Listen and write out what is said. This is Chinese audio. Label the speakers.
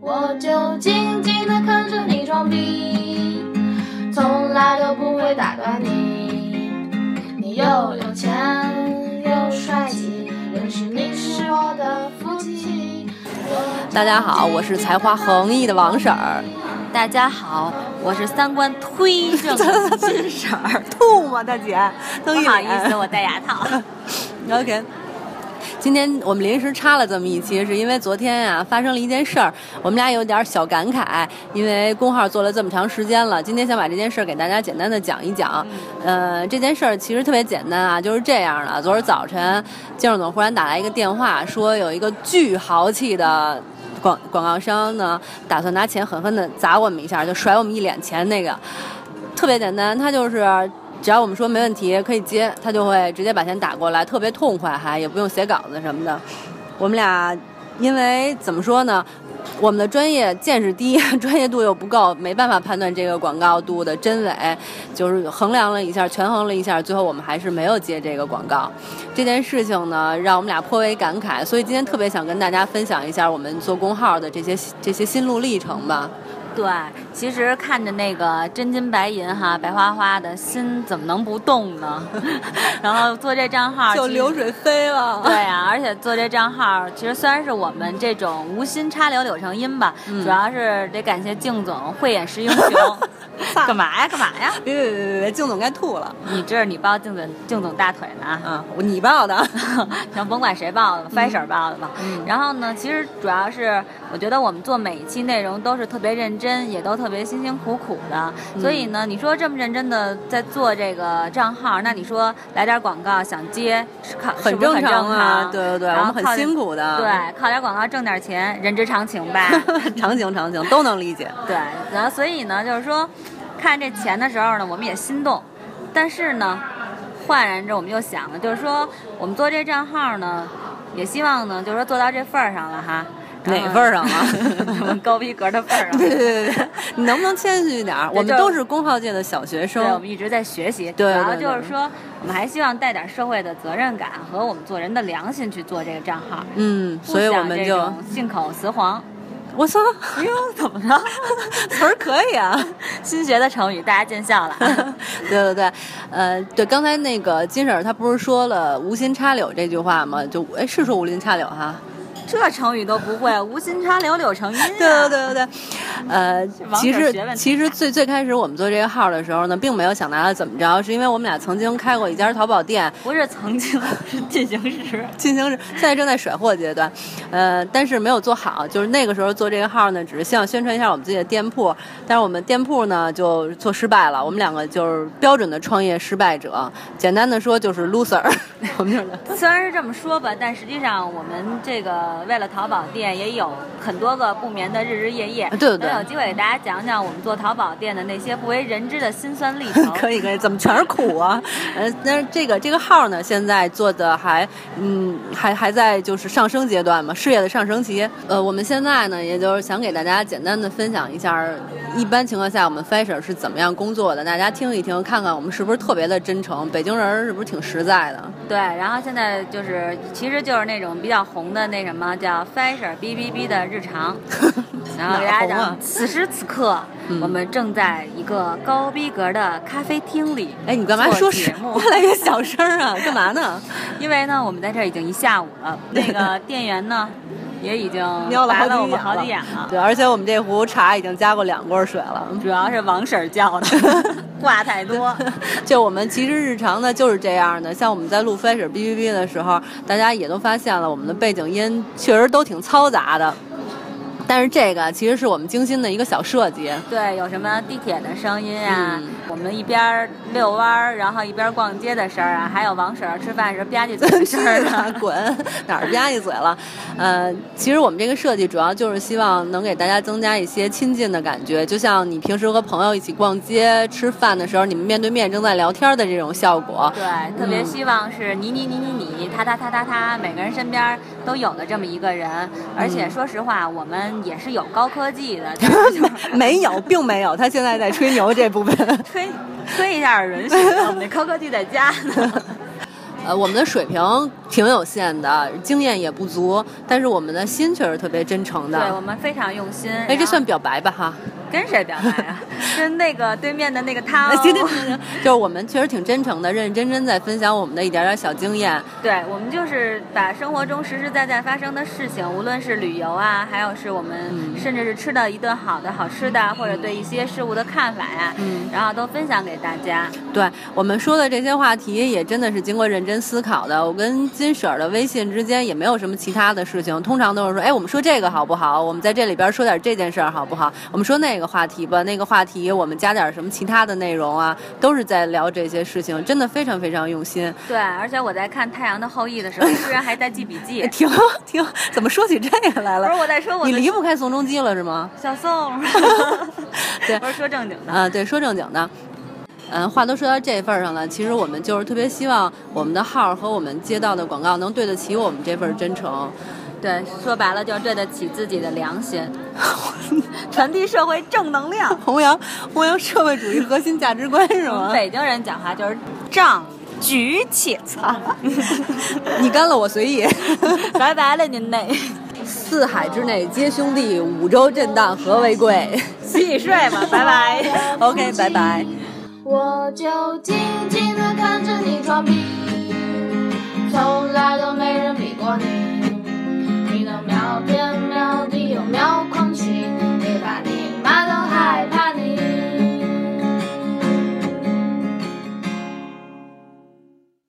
Speaker 1: 我就静静的看着你装逼，从来都不会打断你。你又有钱又帅气，也许你是我的福气。
Speaker 2: 大家好，我是才华横溢的王婶儿，。
Speaker 3: 大家好，我是三观忒正的金婶儿
Speaker 2: 吐吗，大姐？
Speaker 3: 不
Speaker 2: 都一
Speaker 3: 好意
Speaker 2: 脸
Speaker 3: 思，我戴牙套。
Speaker 2: OK。今天我们临时插了这么一期，是因为昨天呀、发生了一件事儿，我们俩有点小感慨，因为工号做了这么长时间了，今天想把这件事儿给大家简单的讲一讲。呃，这件事儿其实特别简单啊，就是这样的。昨儿早晨，金总忽然打来一个电话，说有一个巨豪气的广广告商呢，打算拿钱狠狠的砸我们一下，就甩我们一脸钱那个。特别简单，他就是只要我们说没问题可以接，他就会直接把钱打过来，特别痛快，还也不用写稿子什么的。我们俩因为怎么说呢，我们的专业见识低， 专业度又不够，没办法判断这个广告度的真伪，就是衡量了一下，权衡了一下，最后我们还是没有接这个广告。这件事情呢，让我们俩颇为感慨，所以今天特别想跟大家分享一下我们做工号的这些这些心路历程吧。
Speaker 3: 对，其实看着那个真金白银哈，白花花的，心怎么能不动呢？然后做这账号其实
Speaker 2: 水飞了
Speaker 3: 对啊，而且做这账号，其实虽然是我们这种无心插柳柳成荫吧，
Speaker 2: 嗯
Speaker 3: 主要是得感谢静总慧眼识英雄。干嘛呀？干嘛呀？
Speaker 2: 别别别别别，静总该吐了。
Speaker 3: 你这是你抱静总静总大腿呢啊？
Speaker 2: 啊，我你报的。
Speaker 3: 行，甭管谁报的吧，翻婶儿报的吧。
Speaker 2: 嗯
Speaker 3: 然后呢，其实主要是我觉得我们做每一期内容都是特别认真，也都特别辛辛苦苦的。
Speaker 2: 嗯
Speaker 3: 所以呢，你说这么认真的在做这个账号，那你说来点广告想接是靠是
Speaker 2: 很
Speaker 3: 不是
Speaker 2: 正
Speaker 3: 很正
Speaker 2: 常啊，
Speaker 3: 常？
Speaker 2: 对对对，
Speaker 3: 然
Speaker 2: 我
Speaker 3: 后
Speaker 2: 们很辛苦啊的，
Speaker 3: 靠。对，靠点广告挣点钱，人之常情 吧。
Speaker 2: 场景场景都能理解，
Speaker 3: 对，然后所以呢，就是说，看这钱的时候呢，我们也心动，但是呢，焕然着我们又想了，就是说，我们做这账号呢，也希望呢，就是说做到这份儿上了哈。然后
Speaker 2: 哪份儿上了
Speaker 3: 我们高逼格的份儿
Speaker 2: 对对对
Speaker 3: 上。
Speaker 2: 对对， 你能不能谦虚一点儿？
Speaker 3: 对
Speaker 2: 我们
Speaker 3: 就是
Speaker 2: 都是工号界的小学
Speaker 3: 对，我
Speaker 2: 生
Speaker 3: 们，一直在学习，
Speaker 2: 对
Speaker 3: 主要
Speaker 2: 对对
Speaker 3: 就是说，我们还希望带点社会的责任感和我们做人的良心去做这个账号，
Speaker 2: 嗯，所以我们
Speaker 3: 不
Speaker 2: 就
Speaker 3: 想这，种信口雌黄。
Speaker 2: 我操，
Speaker 3: 哎呦，怎么了？
Speaker 2: 词儿可以啊。
Speaker 3: 新学的成语，大家见笑了。
Speaker 2: 对对对，呃，对，刚才那个金婶儿她不是说了“无心插柳”这句话吗？就哎，是说“无心插柳”哈？
Speaker 3: 这成语都不会，无心插柳柳成荫、啊。
Speaker 2: 对对对对对，呃
Speaker 3: 王，
Speaker 2: 其
Speaker 3: 者
Speaker 2: 实
Speaker 3: 学问
Speaker 2: 其实
Speaker 3: 天才
Speaker 2: 最最开始我们做这个号的时候呢，并没有想拿它怎么着，是因为我们俩曾经开过一家淘宝店，
Speaker 3: 不是曾经，是进行时。
Speaker 2: 进行时，现在正在甩货阶段，呃，但是没有做好，就是那个时候做这个号呢，只是希望宣传一下我们自己的店铺，但是我们店铺呢就做失败了，我们两个就是标准的创业失败者，简单的说就是 loser，我们 就是
Speaker 3: 虽然是这么说吧，但实际上我们这个为了淘宝店也有很多个不眠的日日夜夜。
Speaker 2: 啊对对对
Speaker 3: 等有机会给大家讲讲我们做淘宝店的那些不为人知的辛酸历程。
Speaker 2: 可以可以，怎么全是苦啊？呃，但是这个这个号呢，现在做的还嗯还还在就是上升阶段嘛，事业的上升期。呃，我们现在呢，也就是想给大家简单的分享一下，一般情况下我们 Fisher 是怎么样工作的，大家听一听，看看我们是不是特别的真诚，北京人儿是不是挺实在的？
Speaker 3: 对，然后现在就是，其实就是那种比较红的那什么叫 Fashion 哔哔哔的 日常，然后给大家
Speaker 2: 哪儿红啊
Speaker 3: 讲，此时此刻、
Speaker 2: 嗯
Speaker 3: 我们正在一个高逼格的咖啡厅里。
Speaker 2: 哎，你干嘛说
Speaker 3: 做
Speaker 2: 是
Speaker 3: 节目
Speaker 2: 越来越小声儿啊？干嘛 呢？
Speaker 3: 因为呢，我们在这儿已经一下午 了，那个店员呢也已经
Speaker 2: 瞄了好
Speaker 3: 白
Speaker 2: 几
Speaker 3: 了我们
Speaker 2: 眼
Speaker 3: 好
Speaker 2: 了
Speaker 3: 几眼了。
Speaker 2: 对，而且我们这壶茶已经加过两罐水了。
Speaker 3: 主要是王婶儿 叫的，话太多。
Speaker 2: 就我们其实日常呢就是这样的，像我们在录 f 水 B B B 的时候，大家也都发现了，我们的背景音确实都挺嘈杂的。但是这个其实是我们精心的一个小设计，
Speaker 3: 对，有什么地铁的声音啊？
Speaker 2: 嗯
Speaker 3: 我们一边儿遛弯儿，然后一边儿逛街的声儿啊，还有王婶儿吃饭时候吧唧嘴的
Speaker 2: 真
Speaker 3: 声 儿
Speaker 2: 是
Speaker 3: 啊
Speaker 2: 的，。 滚，哪儿吧唧嘴了？呃，其实我们这个设计主要就是希望能给大家增加一些亲近的感觉，就像你平时和朋友一起逛街、吃饭的时候，你们面对面正在聊天的这种效果。
Speaker 3: 对，特别
Speaker 2: 嗯
Speaker 3: 希望是你你你你你他他他他他，每个人身边都有的这么一个人。而且
Speaker 2: 嗯
Speaker 3: 说实话，我们也是有高科技 的，但是就是
Speaker 2: 没有，并没有，他现在在吹牛这部分。
Speaker 3: 啊 吹吹一下儿允许的，我们那高科技在家呢。
Speaker 2: 呃，我们的水平挺有限的，经验也不足，但是我们的心却是特别真诚
Speaker 3: 对我
Speaker 2: 的。
Speaker 3: 们非常用心。
Speaker 2: 哎，这
Speaker 3: 然后
Speaker 2: 算表白吧哈？
Speaker 3: 跟谁表白 啊？跟那个对面的那个他、
Speaker 2: 哎
Speaker 3: 哦。
Speaker 2: 行行行行，就是我们确实挺真诚的，认认真真在分享我们的一点点小经验。
Speaker 3: 对，我们就是把生活中实实在在发生的事情，无论是旅游啊，还有是我们
Speaker 2: 嗯
Speaker 3: 甚至是吃到一顿好的好吃的，或者对一些事物的看法呀、
Speaker 2: 嗯
Speaker 3: 然后都分享给大家。
Speaker 2: 对我们说的这些话题，也真的是经过认真思考的。我跟金婶儿的微信之间也没有什么其他的事情，通常都是说，哎，我们说这个好不好？我们在这里边说点这件事儿好不好？我们说那个话题吧，那个话题我们加点什么其他的内容啊，都是在聊这些事情，真的非常非常用心。
Speaker 3: 对，而且我在看《太阳的后裔》的时候，居然还在记笔 记。
Speaker 2: 停停，怎么说起这个来
Speaker 3: 不
Speaker 2: 了
Speaker 3: 是？我在说我
Speaker 2: 哎你
Speaker 3: 的
Speaker 2: 离不开宋仲基了是吗？，
Speaker 3: 小宋
Speaker 2: 对
Speaker 3: 不是说正经的。
Speaker 2: 啊，对，说正经的。嗯，话都说到这份儿上了，其实我们就是特别希望我们的号儿和我们接到的广告能对得起我们这份儿真诚。
Speaker 3: 对，说白了就是对得起自己的良心，传递社会正能量。
Speaker 2: 弘扬弘扬社会主义核心价值观是
Speaker 3: 我
Speaker 2: 吗
Speaker 3: 们？北京人讲话就是仗举起擦，
Speaker 2: 你干了我随意。
Speaker 3: 拜拜了您 嘞，
Speaker 2: 四海之内皆兄弟，五洲震荡和为贵。
Speaker 3: 洗洗睡吧，拜 拜。
Speaker 2: OK，拜拜。
Speaker 1: 我就静静地看着你装逼，从来都没人比过你。